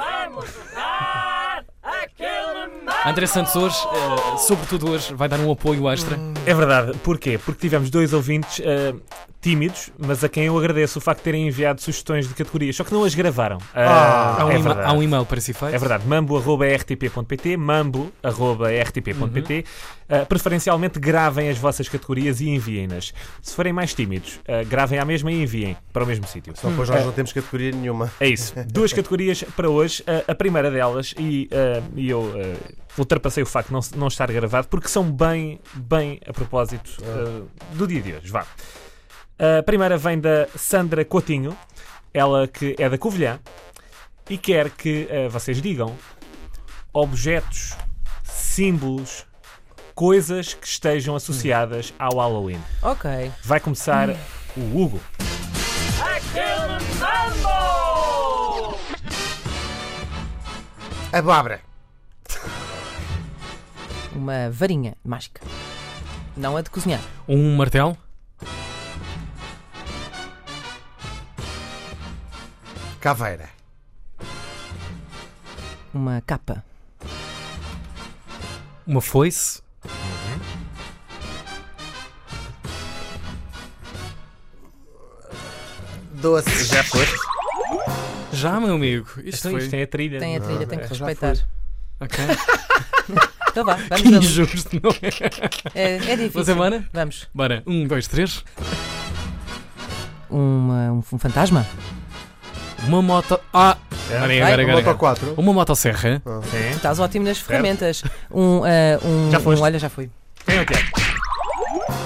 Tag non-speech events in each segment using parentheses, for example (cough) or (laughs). Vamos dar aquele mar. André Santos hoje, eh, sobretudo hoje, vai dar um apoio extra. É verdade. Porquê? Porque tivemos dois ouvintes ah, tímidos, mas a quem eu agradeço o facto de terem enviado sugestões de categorias, só que não as gravaram. Ah, há, um é ima- verdade. há um e-mail para si feito. É verdade, mambo.rtp.pt, mambo.rtp.pt. Uhum. Uh, preferencialmente gravem as vossas categorias e enviem-nas. Se forem mais tímidos, uh, gravem à mesma e enviem para o mesmo sítio. Só que hoje nós não temos categoria nenhuma. É isso. Duas categorias para hoje. A, a primeira delas, e ah, e eu ah, ultrapassei o facto de não, se- não estar gravado, porque são bem, bem a propósito ah, do dia de hoje. Vá. A primeira vem da Sandra Coutinho, ela que é da Covilhã, e quer que ah, vocês digam objetos, símbolos, coisas que estejam associadas ao Halloween. Ok. Hum. Vai começar o Hugo. Aquele mambo. Abóbora. Uma varinha mágica. Não é de cozinhar. Um martelo, Caveira. Uma capa. uma foice, Doce. Já foi. já, meu amigo. Isto Isto, foi. tem a trilha. é? Tem a trilha, tem que já foi. respeitar. (laughs) Ok. Então vá, (laughs) Que vamos. vamos. injusto, não é? É, é difícil. Você manda? Vamos. Bora, um, dois, três. Uma- um, um fantasma? Uma moto. Ah! Agora, é, agora, Vai, agora, Moto agora. 4. Uma motosserra. Sim. Tu estás ótimo nas ferramentas. Um, ah, um, Já foste. um- Olha, já fui. Quem é o Tiago?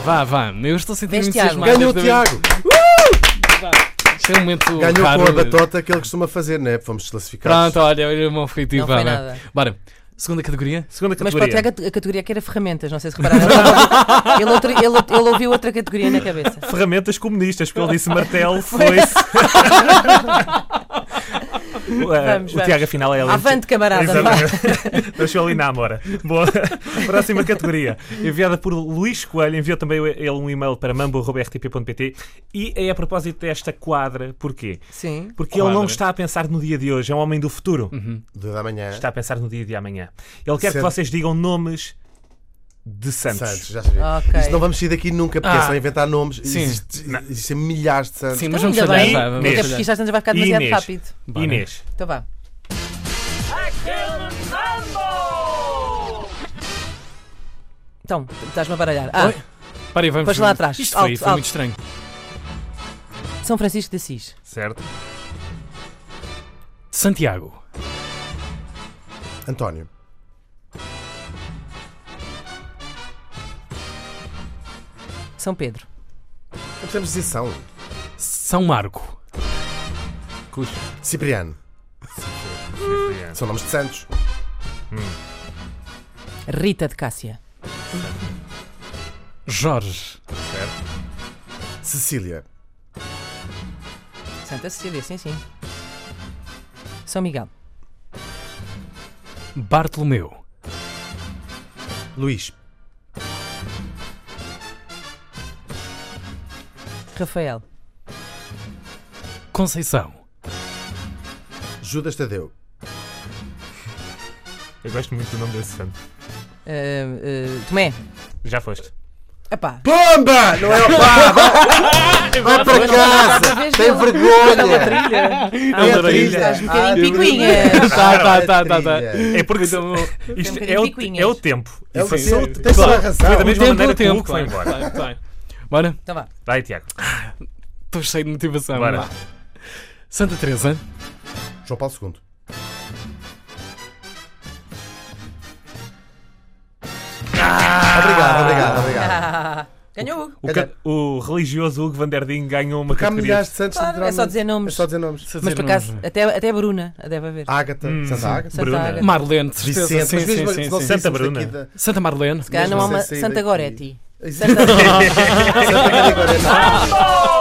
Vá, vá, eu estou sentindo Vês, Tiago? entusiasmado. Ganhou o esta vez. Tiago. Isto é um momento Ganhou raro. com a batota Tota que ele costuma fazer, né? Fomos desclassificados. Pronto, olha, olha o meu feitiço. Não vá, foi vá. nada. Então Bora, segunda categoria. Segunda Mas para o categoria. Tiago, a- a categoria que era ferramentas, não sei se repararam. ele, outro- ele, outro- ele ouviu outra categoria na cabeça. ferramentas comunistas, porque ele disse (laughs) martelo, foice. O, eh, Vamos, o vamos. Tiago afinal é ali. Avante, camarada. vá. Exatamente. Deixou ali na Amora. Boa. Próxima categoria. Enviada por Luís Coelho. Enviou também ele um e-mail para mambo.rtp.pt. E é a propósito desta quadra, porquê? Sim. Porque ele não Quadra. está a pensar no dia de hoje, é um homem do futuro. Do da manhã. Está a pensar no dia de amanhã. Ele quer que Santos. vocês digam nomes de Santos, santos. já sabia. Ok. Isto não vamos sair daqui nunca, porque Ah. é só inventar nomes. Sim. Existe- Existem milhares de Santos. Sim, Então, mas vamos ainda falhar. bem, vá, vamos Inês. Até falhar. porque isto às tantas vai ficar demasiado Inês. rápido. Bora. Inês. Então vá. Aquele mambo. Então, estás-me a baralhar. Ah, Oi? Pera aí, vamos. Pois lá atrás. Isto foi, Alto, foi alto. muito estranho. São Francisco de Assis. Certo? Santiago. António. São Pedro. Não precisamos dizer São. São Marco. Cipriano. São nomes de Santos. Rita de Cássia. Jorge. Cecília. Santa Cecília, sim, sim. São Miguel. Bartolomeu. Luís. Rafael. Conceição. Judas Tadeu. Eu gosto muito do nome desse santo. Ah, ah, Tomé. Já foste. Epá. Bomba! Não é o (laughs) pá! Vai para casa! Vez Tem dele. vergonha! Trilha. É a adorei. trilha. Estás um bocadinho Ah, eu- picuinha. Tá, tá, tá, tá, tá. Trilha. É porque se- um (laughs) isto bocadinho é, o, picuinhas. é o tempo. É o E foi- seu- Tens uma razão. foi da mesma tempo, maneira o que o tempo. Hugo claro, foi embora. claro, claro. Bora, Então vá. (laughs) Vai, Tiago. estou cheio de motivação. Bora. Vá. Santa Teresa. João Paulo II. Ah! Obrigado, obrigado, obrigado. Ganhou. Hugo. O, ca- o religioso Hugo Van der Ding ganhou uma Porque há categoria. milhares de santos Claro, literalmente. é só dizer nomes. É só dizer nomes. Hum. Ah, Mas por acaso, até, até a Bruna deve haver. Ágata, Santa Ágata. Santa Bruna. Ágata. Marlene, de certeza. Vicente, sim, mas sim, mesmo sim, se não sim. Santa saíssemos Bruna. daqui da- Santa Marlene. Se calhar não há Mesmo uma sem sair Santa daqui. (laughs) Goretti. Exato. Santa... Santa Catarina. Mambo.